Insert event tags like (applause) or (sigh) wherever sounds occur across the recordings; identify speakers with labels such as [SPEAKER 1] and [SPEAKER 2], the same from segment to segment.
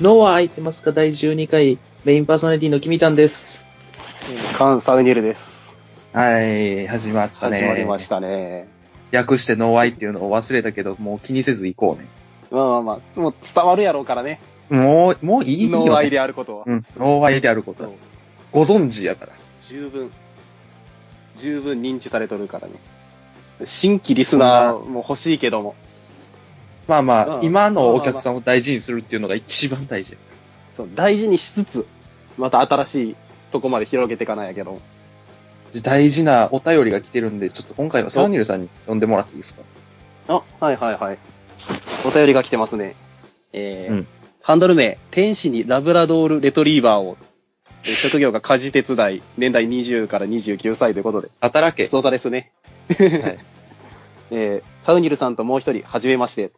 [SPEAKER 1] ノア空いてますか第12回メインパーソナリティの君たんです。
[SPEAKER 2] カン・サグニルです。
[SPEAKER 1] はい、始まったね。
[SPEAKER 2] 始まりましたね。
[SPEAKER 1] 略してノア空いっていうのを忘れたけど、もう気にせず行こうね。
[SPEAKER 2] まあまあまあ、もう伝わるやろうからね。
[SPEAKER 1] もう、もういいよ、
[SPEAKER 2] 脳
[SPEAKER 1] ね。
[SPEAKER 2] 愛であることは。
[SPEAKER 1] うん、ノア空いであることは
[SPEAKER 2] そう
[SPEAKER 1] ご存知やから。
[SPEAKER 2] 十分、十分認知されとるからね。新規リスナーも欲しいけども。
[SPEAKER 1] まあまあ、
[SPEAKER 2] うん
[SPEAKER 1] 今のお客さんを大事にするっていうのが一番大事や。
[SPEAKER 2] そう大事にしつつ、また新しいとこまで広げていかないやけども。
[SPEAKER 1] 大事なお便りが来てるんで、ちょっと今回はサーニルさんに呼んでもらっていいですか
[SPEAKER 2] あ、はいはいはい。お便りが来てますね。えー
[SPEAKER 1] うん
[SPEAKER 2] ハンドル名、天使にラブラドールレトリーバーを。えー職業が家事手伝い、年代20から29歳ということで。
[SPEAKER 1] 働け。
[SPEAKER 2] そうだですね。
[SPEAKER 1] はい
[SPEAKER 2] (laughs) えーサウニルさんともう一人、はじめまして。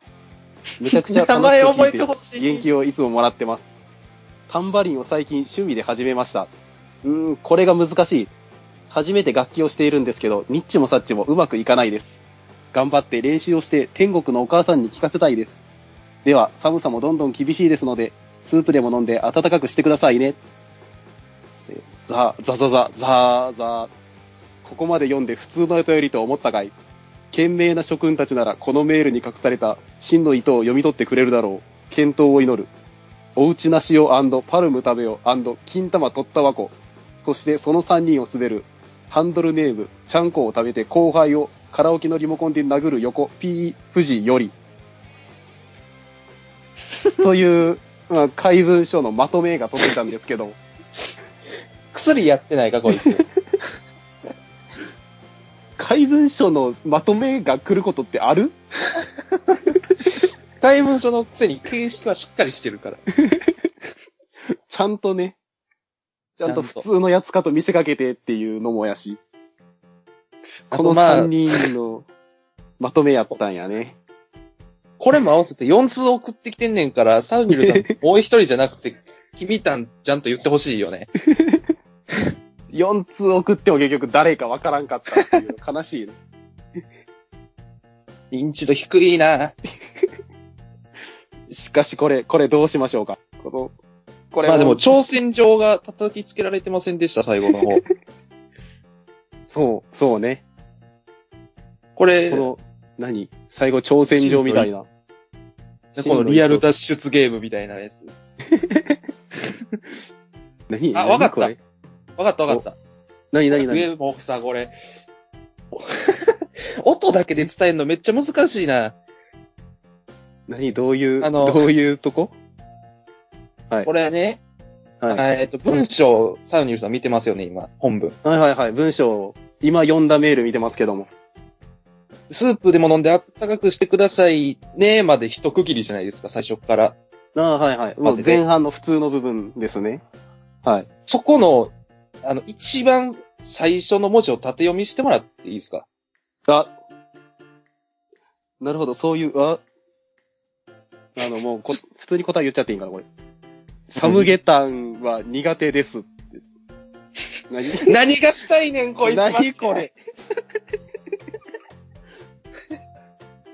[SPEAKER 2] めちゃくちゃ楽しく聞い
[SPEAKER 1] (laughs)
[SPEAKER 2] て
[SPEAKER 1] 名前覚えてほしい
[SPEAKER 2] 元気をいつももらってます。タンバリンを最近趣味で始めました。うーん、これが難しい。初めて楽器をしているんですけど、ニッチもサッチもうまくいかないです。頑張って練習をして天国のお母さんに聞かせたいです。では、寒さもどんどん厳しいですので、スープでも飲んで暖かくしてくださいね。えーザ、ザザザ、ザザ。ここまで読んで普通のお便りと思ったかい賢明な諸君たちならこのメールに隠された真の意図を読み取ってくれるだろう。健闘を祈る。おうちなしをパルム食べよ金玉取ったわこ。そしてその3人を滑る。ハンドルネーム、ちゃんこを食べて後輩をカラオケのリモコンで殴る横、P、富士よ (laughs) り。という、まあ、怪文書のまとめが届いたんですけ (laughs) ど、
[SPEAKER 1] 薬やってないか、こい (laughs) つ。
[SPEAKER 2] 怪文書のまとめが来ることってある
[SPEAKER 1] 怪文書のくせに形式はしっかりしてるから。
[SPEAKER 2] ちゃんとね、ちゃんと普通のやつかと見せかけてっていうのもやし、この
[SPEAKER 1] あとまあ
[SPEAKER 2] 3人のまとめやったんやね。
[SPEAKER 1] これも合わせて4通送ってきてんねんから、サウニルさん、もう一人じゃなくて、君たんちゃんと言ってほしいよ
[SPEAKER 2] (laughs)
[SPEAKER 1] ね。
[SPEAKER 2] 4通送っても結局誰かわからんかったっていうの悲しいね。
[SPEAKER 1] 認知度低いな
[SPEAKER 2] (laughs) しかしこれ、これどうしましょうか。この、これ
[SPEAKER 1] まあでも、挑戦状が叩きつけられてませんでした、最後の方。
[SPEAKER 2] そう、そうね。
[SPEAKER 1] これ、
[SPEAKER 2] こ
[SPEAKER 1] こ
[SPEAKER 2] の、何最後挑戦状みたいな。
[SPEAKER 1] のリアル脱出ゲームみたいなやつ。
[SPEAKER 2] 何
[SPEAKER 1] あわかった
[SPEAKER 2] 何こ
[SPEAKER 1] わ
[SPEAKER 2] れ
[SPEAKER 1] かったわかった。
[SPEAKER 2] 何何何
[SPEAKER 1] 上もさ、これ。 (laughs) お音だけで伝えるのめっちゃ難しいな。
[SPEAKER 2] 何どういう、
[SPEAKER 1] あの
[SPEAKER 2] どういうとこはい
[SPEAKER 1] これね、
[SPEAKER 2] はい。
[SPEAKER 1] あえっと、文章、サウニルさん見てますよね、今、本文。
[SPEAKER 2] はいはいはい。文章を、今読んだメール見てますけども。
[SPEAKER 1] スープでも飲んであったかくしてくださいね、まで一区切りじゃないですか、最初っから。
[SPEAKER 2] ああ、はいはい。もう前半の普通の部分ですね。はい。
[SPEAKER 1] そこの、あの、一番最初の文字を縦読みしてもらっていいですか
[SPEAKER 2] あ、なるほど、そういう、あ、あの、もうこ、普通に答え言っちゃっていいんかな、これ。サムゲタンは苦手ですって。何
[SPEAKER 1] 何がしたいねん、こいつ。
[SPEAKER 2] 何これ。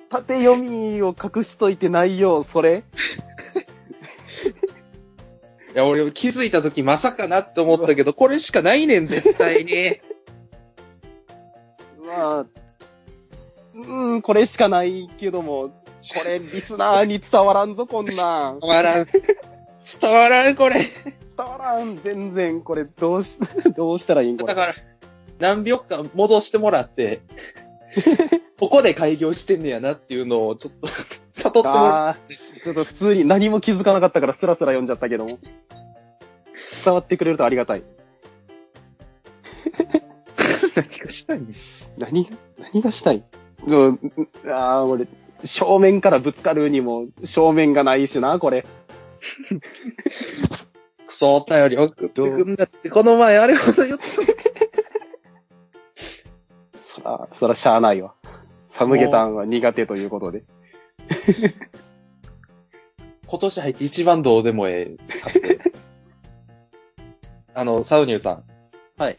[SPEAKER 2] 縦読みを隠しといてないよ、それ
[SPEAKER 1] いや、俺気づいた時まさかなって思ったけど、これしかないねん、絶対 (laughs) に。
[SPEAKER 2] まあ、うーん、これしかないけども、これリスナーに伝わらんぞ、こんなん。
[SPEAKER 1] 伝わらん。伝わらん、これ。
[SPEAKER 2] 伝わらん、全然、これ、どうし、 (laughs) どうしたらいいんこ
[SPEAKER 1] だ
[SPEAKER 2] れ。
[SPEAKER 1] から、何秒間戻してもら (laughs) って、ここで開業してんねやなっていうのを、ちょっと、悟ってもら
[SPEAKER 2] あーちょっと普通に何も気づかなかったからスラスラ読んじゃったけども。伝わってくれるとありがたい。
[SPEAKER 1] って何がしたいねん
[SPEAKER 2] 何が、何がしたいちょ、ああ、俺、正面からぶつかるにも、正面がないしな、これ。
[SPEAKER 1] クソお便り送ってくんだって、この前あれほど言って
[SPEAKER 2] そら、そらしゃあないわ。サムゲタンは苦手ということで。
[SPEAKER 1] 今年入って一番どうでも
[SPEAKER 2] (laughs)
[SPEAKER 1] ええさて。あの、サウニューさん。
[SPEAKER 2] はい。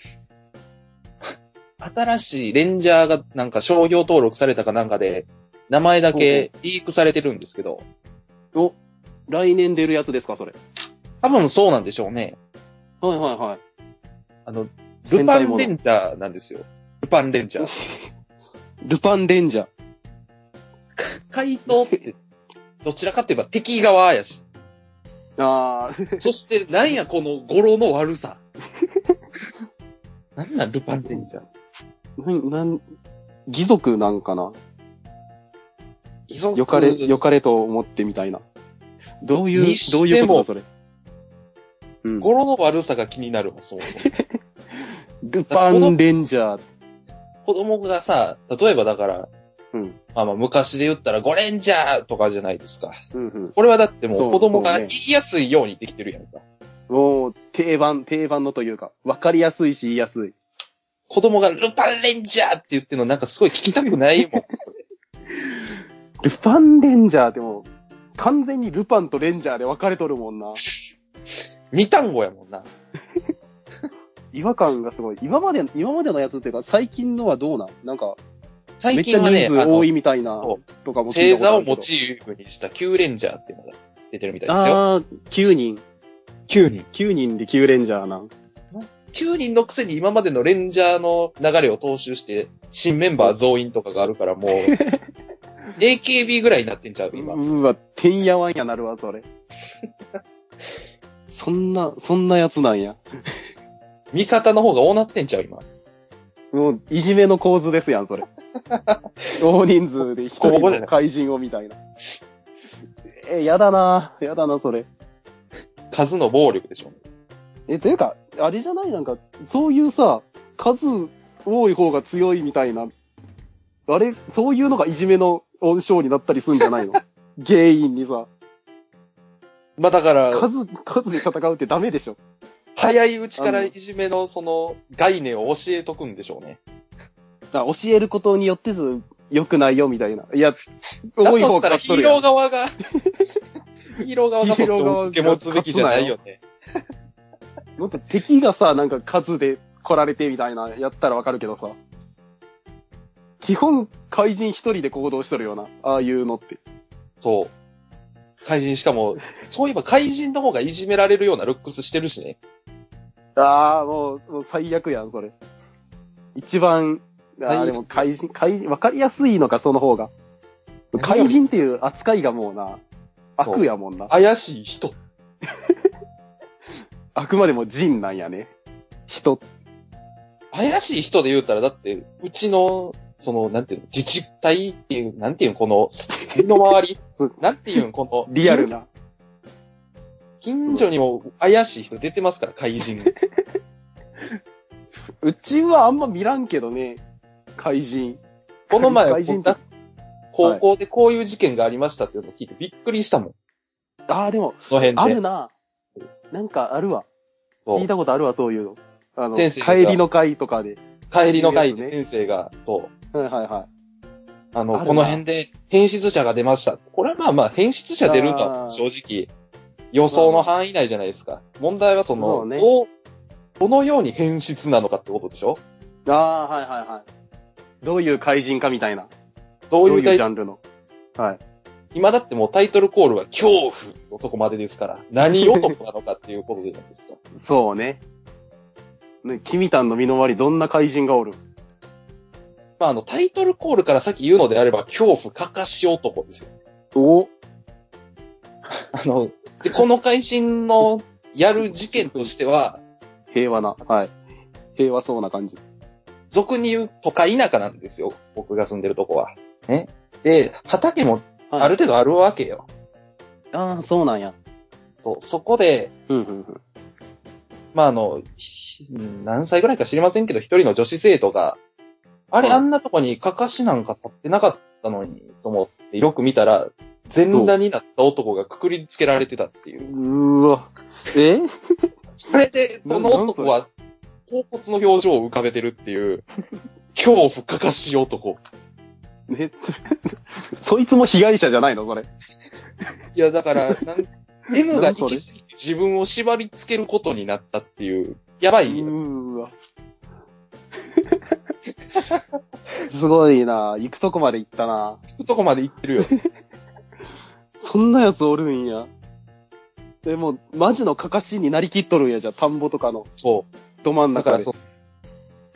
[SPEAKER 1] 新しいレンジャーがなんか商標登録されたかなんかで、名前だけリークされてるんですけど、
[SPEAKER 2] お、来年出るやつですか、それ。
[SPEAKER 1] 多分そうなんでしょうね。
[SPEAKER 2] はいはいはい。
[SPEAKER 1] あの、ル
[SPEAKER 2] 戦
[SPEAKER 1] パ
[SPEAKER 2] 隊
[SPEAKER 1] ン
[SPEAKER 2] も
[SPEAKER 1] レ
[SPEAKER 2] の。
[SPEAKER 1] ンジャーなんですよ。ルパンレンジャー。
[SPEAKER 2] ルパンレンジャー。
[SPEAKER 1] 怪盗って、どちらかといえば敵側やし。
[SPEAKER 2] あー、
[SPEAKER 1] そして、なんやこの語呂の悪
[SPEAKER 2] (laughs)
[SPEAKER 1] さ。なんなん、ルパンレンジャー。
[SPEAKER 2] (laughs) なん、なん、義族なんかな
[SPEAKER 1] 貴族
[SPEAKER 2] よかれ、よかれと思ってみたいな。どういう、
[SPEAKER 1] にして
[SPEAKER 2] ど
[SPEAKER 1] も
[SPEAKER 2] ういうことだ、それ。うん。
[SPEAKER 1] 語呂の悪さが気になるわ、そうそう。
[SPEAKER 2] ルパンレンジャー。
[SPEAKER 1] 子供がさ、例えばだから、
[SPEAKER 2] うん。
[SPEAKER 1] まあまあ昔で言ったらゴレンジャーとかじゃないですか。
[SPEAKER 2] うんうん。
[SPEAKER 1] これはだっても
[SPEAKER 2] そう
[SPEAKER 1] う子供
[SPEAKER 2] そ
[SPEAKER 1] が
[SPEAKER 2] うね
[SPEAKER 1] 言いやすいようにできてるやんか。
[SPEAKER 2] もう、定番、定番のというか、わかりやすいし、言いやすい。
[SPEAKER 1] 子供がルパンレンジャーって言ってるのなんかすごい聞きたくない
[SPEAKER 2] (laughs)
[SPEAKER 1] もん。
[SPEAKER 2] ルパンレンジャーでも、完全にルパンとレンジャーで分かれとるもんな。
[SPEAKER 1] 二単語やもんな。
[SPEAKER 2] 違和感がすごい。今まで、今までのやつっていうか、最近のはどうなんなんか、め
[SPEAKER 1] 最
[SPEAKER 2] っちゃ
[SPEAKER 1] 近は
[SPEAKER 2] 人
[SPEAKER 1] ね、
[SPEAKER 2] 数多いみたいな
[SPEAKER 1] そ、
[SPEAKER 2] とかも聞
[SPEAKER 1] 星
[SPEAKER 2] いたことある
[SPEAKER 1] 座
[SPEAKER 2] けど。
[SPEAKER 1] をモチーフにした9レンジャーっていうのが出てるみたいですよ。
[SPEAKER 2] ああ、9人。
[SPEAKER 1] 9人。
[SPEAKER 2] 9人で9レンジャーな。
[SPEAKER 1] 9人のくせに今までのレンジャーの流れを踏襲して、新メンバー増員とかがあるから (laughs) もう、AKB ぐらいになってんちゃう今。
[SPEAKER 2] うわ、てんやわんやなるわ、そ (laughs) れ。そんな、そんなやつなんや。
[SPEAKER 1] 味方の方が多なってんちゃう今。
[SPEAKER 2] もう、いじめの構図ですやん、 (laughs) それ。大人数で一人の怪人をみたいな。え、やだなやだな、それ。
[SPEAKER 1] 数の暴力でしょ。
[SPEAKER 2] え、というか、あれじゃないなんか、そういうさ、数多い方が強いみたいな、あれ、そういうのがいじめの温床になったりするんじゃないの (laughs) 原因にさ、
[SPEAKER 1] まあだから、
[SPEAKER 2] 数、数で戦うってダメでしょ。
[SPEAKER 1] 早いうちか
[SPEAKER 2] あ
[SPEAKER 1] ら
[SPEAKER 2] の
[SPEAKER 1] いじめのその概念を教えとくんでしょうね。
[SPEAKER 2] だから教えることによってず良くないよみたいな。いや、
[SPEAKER 1] だ
[SPEAKER 2] 多
[SPEAKER 1] と
[SPEAKER 2] い方
[SPEAKER 1] した
[SPEAKER 2] から
[SPEAKER 1] ら
[SPEAKER 2] し
[SPEAKER 1] ヒ
[SPEAKER 2] とる
[SPEAKER 1] ー
[SPEAKER 2] や
[SPEAKER 1] ロ
[SPEAKER 2] ん
[SPEAKER 1] ー側 (laughs) が、ヒーロー側がそっちを受け持つべきじゃないよね。
[SPEAKER 2] もっと敵がさ、なんか数で来られてみたいな、やったらわかるけどさ。基本、怪人一人で行動しとるような、ああいうのって。
[SPEAKER 1] そう。怪人しかも、そういえば怪人の方がいじめられるようなルックスしてるしね。
[SPEAKER 2] ああ、もう、もう最悪やん、それ。一番、
[SPEAKER 1] 最
[SPEAKER 2] ああ、
[SPEAKER 1] 悪
[SPEAKER 2] でも怪人、怪人、わかりやすいのか、その方が。怪人っていう扱いがもうな、
[SPEAKER 1] そう
[SPEAKER 2] 悪やもんな。
[SPEAKER 1] 怪しい人。
[SPEAKER 2] あくまでも人なんやね。人。
[SPEAKER 1] 怪しい人で言うたら、だって、うちの、その、なんていうの、自治体っていう、なんていうの、この、身の周り (laughs)
[SPEAKER 2] そう
[SPEAKER 1] なんていうの、この、
[SPEAKER 2] リアルな。
[SPEAKER 1] 近所にも怪しい人出てますから、怪人。
[SPEAKER 2] うちはあんま見らんけどね、怪人。
[SPEAKER 1] この前、
[SPEAKER 2] 怪人って
[SPEAKER 1] こう高校でこういう事件がありましたっていうのを聞いてびっくりしたもん。
[SPEAKER 2] ああ、でも、
[SPEAKER 1] その辺で。
[SPEAKER 2] あるな。なんかあるわ。
[SPEAKER 1] そう
[SPEAKER 2] 聞いたことあるわ、そういうの。あの、
[SPEAKER 1] 先生が
[SPEAKER 2] 帰りの会とかで。
[SPEAKER 1] 帰りの会で先生が、そう。
[SPEAKER 2] はいはいはい。
[SPEAKER 1] あ
[SPEAKER 2] ある
[SPEAKER 1] の、
[SPEAKER 2] な
[SPEAKER 1] この辺で変質者が出ました。これはまあまあ、変質者出るの
[SPEAKER 2] あー
[SPEAKER 1] は正直予想の範囲内じゃないですか。問題はそ
[SPEAKER 2] そ
[SPEAKER 1] の、
[SPEAKER 2] うね
[SPEAKER 1] どうどのように変質なのかってことでしょ
[SPEAKER 2] ああ、はいはいはい。どういう怪人かみたいな。
[SPEAKER 1] ど
[SPEAKER 2] ど
[SPEAKER 1] う
[SPEAKER 2] う
[SPEAKER 1] い
[SPEAKER 2] いうう
[SPEAKER 1] 対
[SPEAKER 2] ジャンルの。はい。
[SPEAKER 1] 今だってもうタイトルコールは恐怖のとこまでですから、何男なのかっていうことじゃないですか。
[SPEAKER 2] そうね。ね、キミタンの身の回りどんな怪人がおる
[SPEAKER 1] (laughs) まああの、タイトルコールから先言うのであれば、恐怖かかし男ですよ。
[SPEAKER 2] お
[SPEAKER 1] あの、で、この会心のやる事件としては、
[SPEAKER 2] 平和な。はい。平和そうな感じ。
[SPEAKER 1] 俗に言う都会田舎なんですよ。僕が住んでるとこは。ね。で、畑もある程度あるわけよ。
[SPEAKER 2] ああ、そうなんや。
[SPEAKER 1] とそこで、
[SPEAKER 2] うんうんうん。
[SPEAKER 1] まあ、あの、ひ何歳ぐらいか知りませんけど、一人の女子生徒が、あれ、
[SPEAKER 2] はい
[SPEAKER 1] あんなとこにかかしなんか立ってなかったのに、と思って、よく見たら、全裸になった男がくくりつけられてたっていう。
[SPEAKER 2] うーわ。え
[SPEAKER 1] それで、
[SPEAKER 2] な
[SPEAKER 1] その
[SPEAKER 2] なんそ
[SPEAKER 1] 男
[SPEAKER 2] れ
[SPEAKER 1] は、甲骨の表情を浮かべてるっていう、
[SPEAKER 2] (laughs)
[SPEAKER 1] 恐怖かかし男。
[SPEAKER 2] ね、それ (laughs) そいつも被害者じゃないのそれ。
[SPEAKER 1] いや、だから、
[SPEAKER 2] (laughs)
[SPEAKER 1] なん M が
[SPEAKER 2] なん
[SPEAKER 1] 行
[SPEAKER 2] それ
[SPEAKER 1] き過ぎて自分を縛り付けることになったっていう、やばいやつ。
[SPEAKER 2] うーわ。すごいな行くとこまで行ったな (laughs)
[SPEAKER 1] とこまで行ってるよ。
[SPEAKER 2] そんなやつおるんや。でも、マジのかかしになりきっとるんや、じゃあ、田んぼとかの
[SPEAKER 1] そ
[SPEAKER 2] ど真ん
[SPEAKER 1] う。だか
[SPEAKER 2] 中で。
[SPEAKER 1] らその、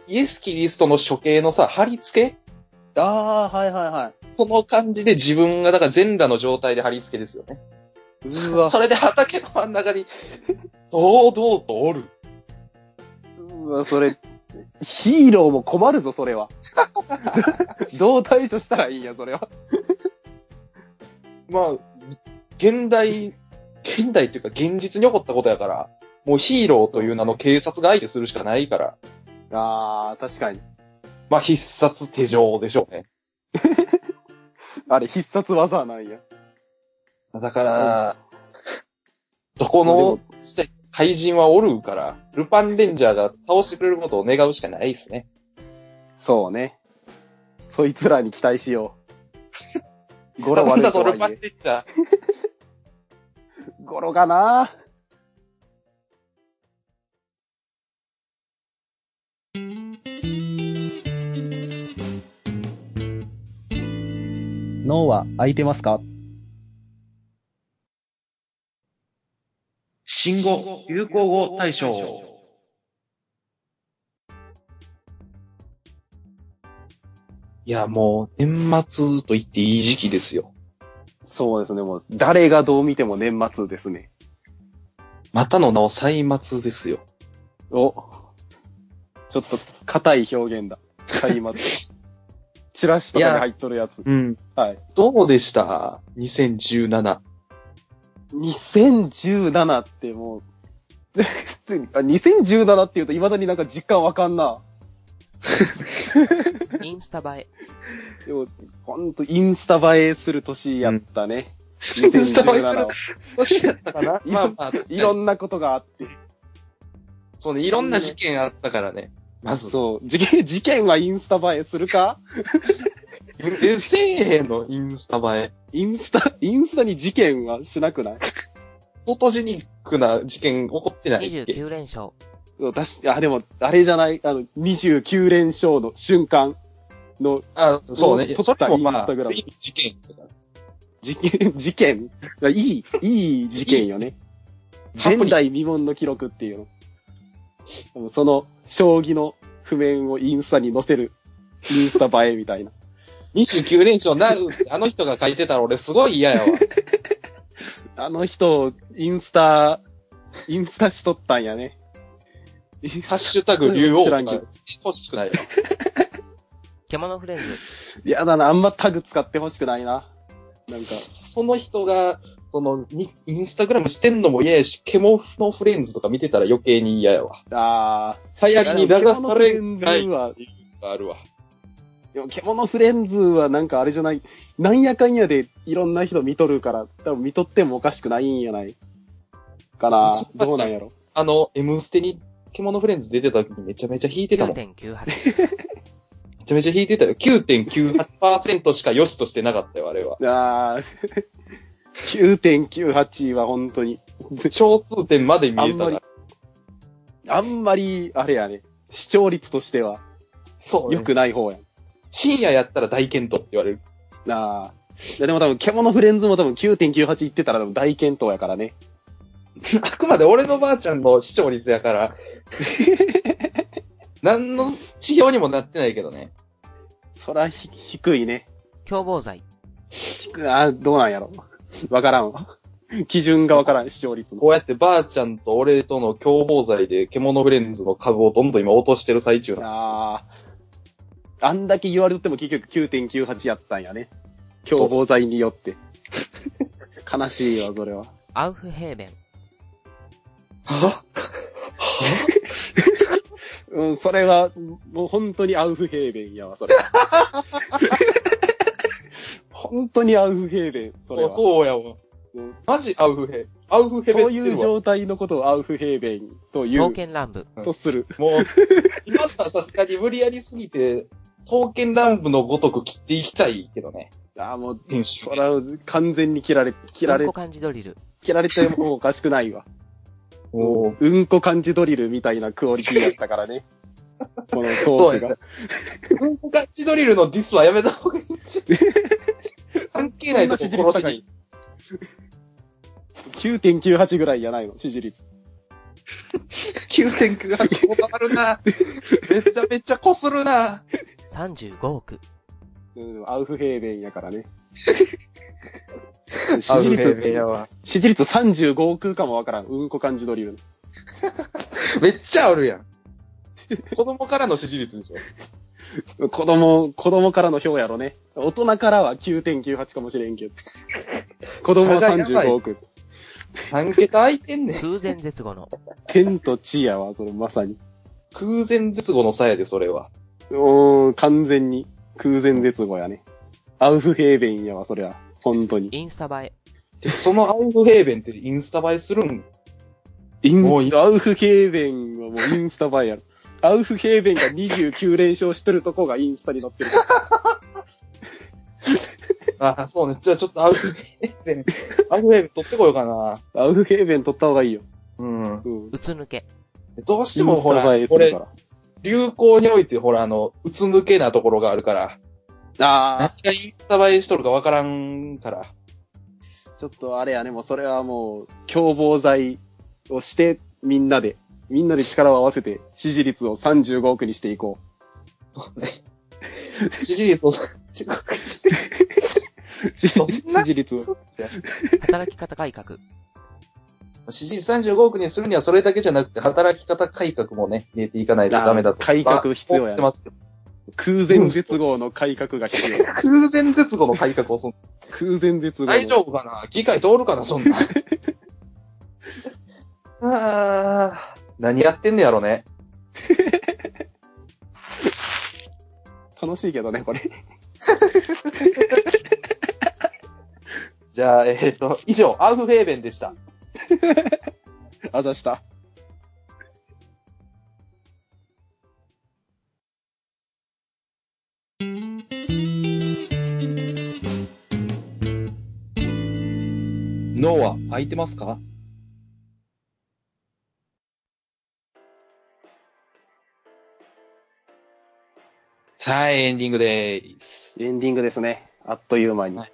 [SPEAKER 1] イエス・キリストの処刑のさ、貼り付け
[SPEAKER 2] ああ、はいはいは
[SPEAKER 1] この感じで自分が、だから全裸の状態で貼り付けですよね。
[SPEAKER 2] い。うわ、
[SPEAKER 1] それで畑の真ん
[SPEAKER 2] (laughs)
[SPEAKER 1] 中に、堂々とおる。
[SPEAKER 2] うわそれ、ヒーローも困るぞ、それは。 (laughs) どう対処したらいいんや、それは。
[SPEAKER 1] まあ、現代、現代っていうか現実に起こったことやから、もうヒーローという名の警察が相手するしかないから、
[SPEAKER 2] ああ、確かに。
[SPEAKER 1] まあ必殺手錠でしょうね。
[SPEAKER 2] あれ、必殺技なんや。
[SPEAKER 1] だから、どこの怪人はおるから、ルパンレンジャーが倒してくれることを願うしかないですね。
[SPEAKER 2] そうね。そいつらに期待しよう。ゴロ
[SPEAKER 1] (laughs) なん
[SPEAKER 2] 悪
[SPEAKER 1] だ
[SPEAKER 2] い
[SPEAKER 1] そ
[SPEAKER 2] と
[SPEAKER 1] のルパン
[SPEAKER 2] はい
[SPEAKER 1] レ
[SPEAKER 2] え
[SPEAKER 1] ン。ジャー。
[SPEAKER 2] ゴロかな脳は空いてますか
[SPEAKER 1] 新語、流行語大賞。いや、もう、年末と言っていい時期ですよ。
[SPEAKER 2] そうですね、もう、誰がどう見ても年末ですね。
[SPEAKER 1] またの名を歳末ですよ。
[SPEAKER 2] お。ちょっと、硬い表 (laughs) 現だ。買います。チラシとかに入っとるやつ。
[SPEAKER 1] うん。
[SPEAKER 2] はい。
[SPEAKER 1] どうでした (laughs) ?2017。
[SPEAKER 2] 2017ってもう、 (laughs) 普通に、あ、2017って言うと未だになんか実感わかんな。
[SPEAKER 3] インスタ映
[SPEAKER 2] (laughs)
[SPEAKER 3] え。
[SPEAKER 2] でも、ほんとインスタ映えする年やったね。2017
[SPEAKER 1] インスタ映えする
[SPEAKER 2] は
[SPEAKER 1] もしやった
[SPEAKER 2] かな
[SPEAKER 1] まあまあ、
[SPEAKER 2] いろんなことがあって。
[SPEAKER 1] そうね、いろんな事件あったからね。まず、
[SPEAKER 2] そう。事件、事件はインスタ映えするか
[SPEAKER 1] え、せえへんのインスタ映え。
[SPEAKER 2] インスタ、インスタに事件はしなくない
[SPEAKER 1] フォトジェニックな事件起こってないっけ
[SPEAKER 3] 29連勝。
[SPEAKER 2] そうだし、あ、でも、あれじゃない、あの、29連勝の瞬間の
[SPEAKER 1] あ、そうね。
[SPEAKER 2] 撮った
[SPEAKER 1] それも
[SPEAKER 2] イン
[SPEAKER 1] ま
[SPEAKER 2] ス
[SPEAKER 1] あ、
[SPEAKER 2] タグラム
[SPEAKER 1] いい事件だから。
[SPEAKER 2] 事 (laughs) 件、事件いい、いい事件よね。
[SPEAKER 1] ハプニング
[SPEAKER 2] 前代未聞の記録っていうの。その、将棋の譜面をインスタに載せる、インスタ映えみたいな。
[SPEAKER 1] 29連勝なるあの人が書いてたら俺すごい嫌 (laughs) やわ。
[SPEAKER 2] あの人、インスタ、インスタしとったんやね。
[SPEAKER 1] ハッシュタグ竜王
[SPEAKER 2] 知
[SPEAKER 1] と
[SPEAKER 2] らん
[SPEAKER 1] か
[SPEAKER 2] けど
[SPEAKER 1] してほしくないわ。
[SPEAKER 3] 獣フレンズ。
[SPEAKER 2] やだな、あんまタグ使ってほしくないな。なんか、
[SPEAKER 1] その人が、その、にインスタグラムしてんのも嫌やし、ケモのフレンズとか見てたら余計に嫌やわ。
[SPEAKER 2] あ
[SPEAKER 1] 流
[SPEAKER 2] ー。
[SPEAKER 1] 行りに流される
[SPEAKER 2] 獣フ
[SPEAKER 1] が
[SPEAKER 2] レンズは、
[SPEAKER 1] あるわ。
[SPEAKER 2] でも、獣フレンズはなんかあれじゃない、なんやかんやでいろんな人見とるから、多分見とってもおかしくないんやないかな
[SPEAKER 1] そう。だった
[SPEAKER 2] どうなんやろ。
[SPEAKER 1] あの、M ステに、獣フレンズ出てた時めちゃめちゃ引いてたもん。め
[SPEAKER 3] 9.98。
[SPEAKER 1] ちゃめちゃ引いてたよ。9.98%しか良しとしてなかったよ、あれは。
[SPEAKER 2] あー、9.98は本当に、
[SPEAKER 1] 小数点まで見え
[SPEAKER 2] あん
[SPEAKER 1] た
[SPEAKER 2] まり
[SPEAKER 1] ら。
[SPEAKER 2] あんまり、あれやね、視聴率としては
[SPEAKER 1] そう、
[SPEAKER 2] 良くない方やん。
[SPEAKER 1] 深夜やったら大健闘って言われる。
[SPEAKER 2] あー。いやでも多分、獣フレンズも多分9.98いってたら多分大健闘やからね。
[SPEAKER 1] あくまで俺のばあちゃんの視聴率や
[SPEAKER 2] (laughs)
[SPEAKER 1] から。何の指標にもなってないけどね。
[SPEAKER 2] そらひ、低いね。
[SPEAKER 3] 凶暴罪。
[SPEAKER 2] 低いあー、どうなんやろ。わからんわ。基準がわからん、視聴率の。
[SPEAKER 1] こうやってばあちゃんと俺との共謀罪で獣フレンズの株をどんどん今落としてる最中なんですよ。
[SPEAKER 2] ああ。あんだけ言われても結局9.98やったんやね。共謀罪によって。 (laughs) 悲しいわ、それは。
[SPEAKER 3] アウフヘーベン。
[SPEAKER 1] は
[SPEAKER 2] うん、それは、もう本当にアウフヘーベンやわ、それ (laughs) は。本当にアウフヘーベン、それは。そう
[SPEAKER 1] (laughs) そうやわ。マジアウフヘ。アウフヘベって
[SPEAKER 2] いう
[SPEAKER 1] るわ
[SPEAKER 2] 状態のことをアウフヘーベンとい
[SPEAKER 3] 刀
[SPEAKER 2] う、
[SPEAKER 3] 剣乱舞。
[SPEAKER 2] とする。
[SPEAKER 1] もう、今のはさすがに無理やりすぎて、刀剣乱舞のごとく切っていきたいけどね。
[SPEAKER 2] ああ、もう、
[SPEAKER 1] 編集
[SPEAKER 2] そ。れは完全に切られ、切ら
[SPEAKER 3] うん
[SPEAKER 2] れ
[SPEAKER 3] こ、漢字ドリル。
[SPEAKER 2] 切られてもおかしくないわ。
[SPEAKER 1] も
[SPEAKER 2] うんこ漢字ドリルみたいなクオリティやったから (laughs) ね。このト
[SPEAKER 1] そ
[SPEAKER 2] ー
[SPEAKER 1] う
[SPEAKER 2] クが
[SPEAKER 1] や。う、うんこガッチドリルのディスはやめた (laughs) 方がい
[SPEAKER 2] (laughs)
[SPEAKER 1] いんじゃない関係ないとこ殺しに
[SPEAKER 2] に。 9.98ぐらいじゃないの、支持率。
[SPEAKER 1] 9.98こだわるな。めちゃめちゃこするな。
[SPEAKER 3] 35億。
[SPEAKER 2] うん、アウフヘーベン
[SPEAKER 1] (laughs)
[SPEAKER 2] やからね。
[SPEAKER 1] あ
[SPEAKER 2] 支持
[SPEAKER 1] うめえ
[SPEAKER 2] 率、
[SPEAKER 1] やわ
[SPEAKER 2] 支持率35億かもわからん。うんこ漢字ドリル。
[SPEAKER 1] めっちゃあるや (laughs) ん。子供からの支持率でしょ。
[SPEAKER 2] 子供、子供からの票やろね。大人からは9.98かもしれんけど。子供は
[SPEAKER 1] 差がやばい
[SPEAKER 2] 35億。
[SPEAKER 1] 3桁空いてんねん。
[SPEAKER 3] 空前絶後の。
[SPEAKER 2] 天と地やわ、それまさに。
[SPEAKER 1] 空前絶後の差やで、それは。
[SPEAKER 2] おー、完全に空前絶後やね。アウフヘーベンやわ、そりゃ。本当に。
[SPEAKER 3] インスタ映え。
[SPEAKER 1] てかそのアウフヘーベンってインスタ映えするん
[SPEAKER 2] イン
[SPEAKER 1] もうい
[SPEAKER 2] アウフヘーベンはもうインスタ映えやろ。アウフヘーベンが29連勝してるとこがインスタに載ってる。
[SPEAKER 1] あ、そうね。じゃあちょっとアウフヘー
[SPEAKER 2] (laughs)
[SPEAKER 1] ベン、アウフヘーベン取ってこようかな。
[SPEAKER 2] アウフヘーベン取った方がいいよ。
[SPEAKER 1] うん。
[SPEAKER 2] うん。
[SPEAKER 3] うつ抜け。
[SPEAKER 1] どうして
[SPEAKER 2] イン
[SPEAKER 1] も
[SPEAKER 2] ス
[SPEAKER 1] ほら
[SPEAKER 2] タ映え、す
[SPEAKER 1] こ
[SPEAKER 2] る
[SPEAKER 1] れ
[SPEAKER 2] か、ら。
[SPEAKER 1] 流行においてほら、あの、うつ抜けなところがあるから、
[SPEAKER 2] あ
[SPEAKER 1] 何がインスタ映えしとるかわからんから。
[SPEAKER 2] あ、ちょっとあれやね、もうそれはもう、共謀罪をして、みんなで、みんなで力を合わせて、支持率を35億にしていこ (laughs)
[SPEAKER 1] 支持率を遅刻して
[SPEAKER 2] う。支
[SPEAKER 1] そんな
[SPEAKER 2] 持率を。
[SPEAKER 3] 働き方改革。
[SPEAKER 1] 支持率35億にするにはそれだけじゃなくて、働き方改革もね、入れていかないとダメだと。
[SPEAKER 2] あ改革必要
[SPEAKER 1] 思っ
[SPEAKER 2] やね
[SPEAKER 1] てますけど
[SPEAKER 2] 空前絶後の改革が必要。
[SPEAKER 1] 空前絶後の改革をそん
[SPEAKER 2] (laughs) 空前絶後の。
[SPEAKER 1] 大丈夫かな議会通るかなそんな。ああ、何やってんねやろね。
[SPEAKER 2] 楽しいけどね、これ。
[SPEAKER 1] じゃあ、えっ、と、以上、アウフヘーベンでした。
[SPEAKER 2] あざした。
[SPEAKER 1] 脳は空いてますかはい、エンディングでーす。
[SPEAKER 2] エンディングですね。あっという間に。
[SPEAKER 1] はい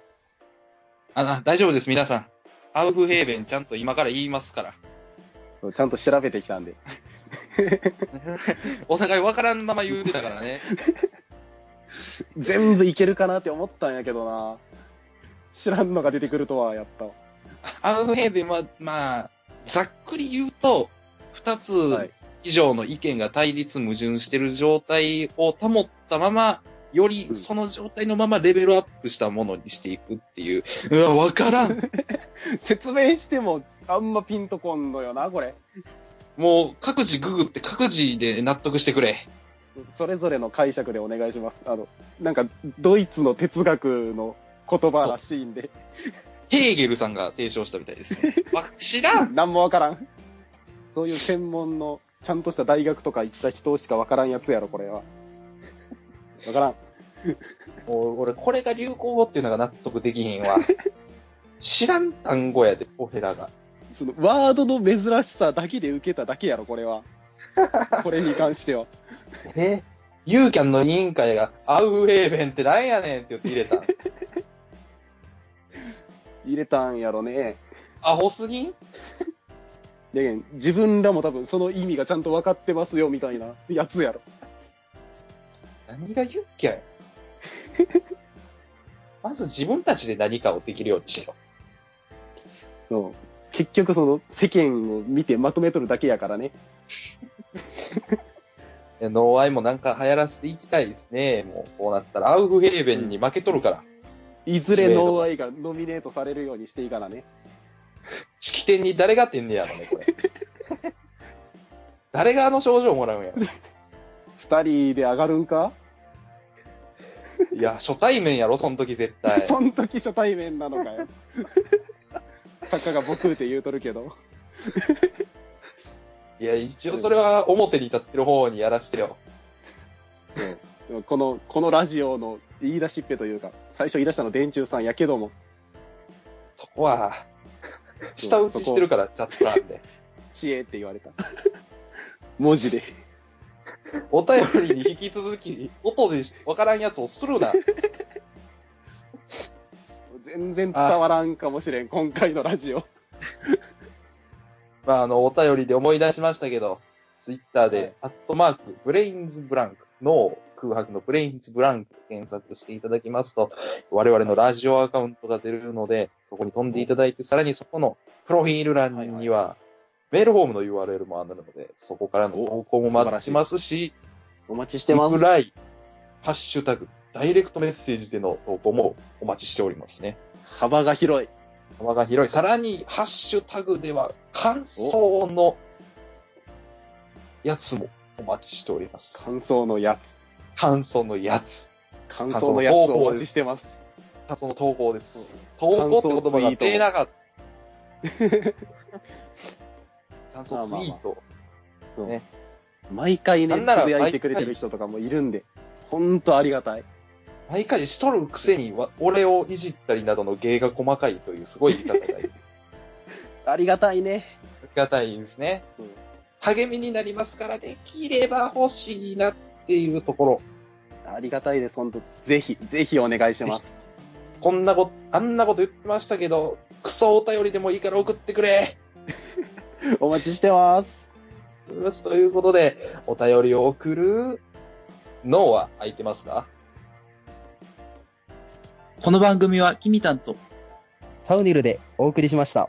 [SPEAKER 1] あ、な大丈夫です、皆さん。アウフヘーベンちゃんと今から言いますから。
[SPEAKER 2] そうちゃんと調べてきたんで。
[SPEAKER 1] お互い分からんまま言うてたからね。
[SPEAKER 2] 全部いけるかなって思ったんやけどな。知らんのが出てくるとは、やった。
[SPEAKER 1] アウフヘーベンは、まあ、ざっくり言うと、二つ
[SPEAKER 2] はい。
[SPEAKER 1] 以上の意見が対立矛盾してる状態を保ったまま、よりその状態のままレベルアップしたものにしていくっていう。うわ、わからん。
[SPEAKER 2] 説明しても、あんまピンとこんのよな、これ。
[SPEAKER 1] もう各自ググって各自で納得してくれ。
[SPEAKER 2] それぞれの解釈でお願いします。あの、なんか、ドイツの哲学の言葉らしいんで、
[SPEAKER 1] ヘーゲルさんが提唱したみたいです
[SPEAKER 2] (laughs)
[SPEAKER 1] ね。わ知らん
[SPEAKER 2] なんもわからん。そういう専門の、ちゃんとした大学とか行った人しかわからんやつやろ、これは。わからん。
[SPEAKER 1] もう俺、これが流行語っていうのが納得できへんわ。知らん単語やで、ポヘラが。
[SPEAKER 2] その、ワードの珍しさだけで受けただけやろ、これは。これに関しては。
[SPEAKER 1] えユーキャンの委員会が、アウフヘーベンってなんやねんって言って入れた。
[SPEAKER 2] 入れたんやろね。
[SPEAKER 1] アホすぎん
[SPEAKER 2] で、自分らも多分その意味がちゃんと分かってますよ、みたいなやつやろ。
[SPEAKER 1] 何がユッキャや。まず自分たちで何かをできるようにしろ。
[SPEAKER 2] そう結局その、世間を見てまとめとるだけやからね。
[SPEAKER 1] えノーアイもなんか流行らせていきたいですね。もうこうなったら、アウフヘーベンに負けとるから、
[SPEAKER 2] いずれノーアイがノミネートされるようにしていかなね。
[SPEAKER 1] 式典に誰がてんねやろね、これ。 (laughs) 誰があの症状もらうんやろ。
[SPEAKER 2] 二人で上がるんか
[SPEAKER 1] いや、初対面やろ、その時絶対。
[SPEAKER 2] (laughs) そん時初対面なのか (laughs) よ。たかが僕って言うとるけど。
[SPEAKER 1] いや、一応それは表に立ってる方にやらしてよ。
[SPEAKER 2] でもこの、このラジオの言い出しっぺというか、最初言い出したの電柱さんやけども、
[SPEAKER 1] そこは、下打ちしてるから、チャット欄で。
[SPEAKER 2] 知恵って言わ (laughs) れた。文 (laughs) 字で。
[SPEAKER 1] お便りに引き続き、音でわからんやつをす (laughs) るな。
[SPEAKER 2] 全然伝わらんかもしれん、今回のラジオ。
[SPEAKER 1] まあ、あの、お便りで思い出しましたけど、ツイッターで、アットマーク、ブレインズブランク、の空白のブレインズブランク検索していただきますと、我々のラジオアカウントが出るので、そこに飛んでいただいて、さらにそこのプロフィール欄には、メールフォームの URL もあるので、そこからの投稿も待ちますし、
[SPEAKER 2] お待ちしてます
[SPEAKER 1] リプ。ライ、ハッシュタグ、ダイレクトメッセージでの投稿もお待ちしておりますね。
[SPEAKER 2] 幅が広い。
[SPEAKER 1] 幅が広い。さらに、ハッシュタグでは、感想のやつもお待ちしております。
[SPEAKER 2] 感想のやつ。
[SPEAKER 1] 感想のやつ。
[SPEAKER 2] 感想のやつをお待ちしてます。
[SPEAKER 1] 感想の投稿です。投稿って言葉が出なかった。感想ツイート。
[SPEAKER 2] (laughs) 毎回ね、
[SPEAKER 1] なんなら
[SPEAKER 2] つぶやいてくれてる人とかもいるんで、ほんとありがたい。
[SPEAKER 1] 毎回しとるくせにわ、俺をいじったりなどの芸が細かいというすごい言い方がいい。
[SPEAKER 2] ありがたいね。
[SPEAKER 1] ありがたいですね
[SPEAKER 2] (laughs) うん。
[SPEAKER 1] 励みになりますから、できれば欲しいなっていうところ。
[SPEAKER 2] ありがたいです、ほんと。ぜひ、ぜひお願いし (laughs) ます。
[SPEAKER 1] こんなこと、あんなこと言ってましたけど、クソお便りでもいいから送ってくれ
[SPEAKER 2] お待ちしてます。
[SPEAKER 1] ということで、お便りを送る脳は空いてますか
[SPEAKER 4] この番組は、キミタンと、
[SPEAKER 5] サウニルでお送りしました。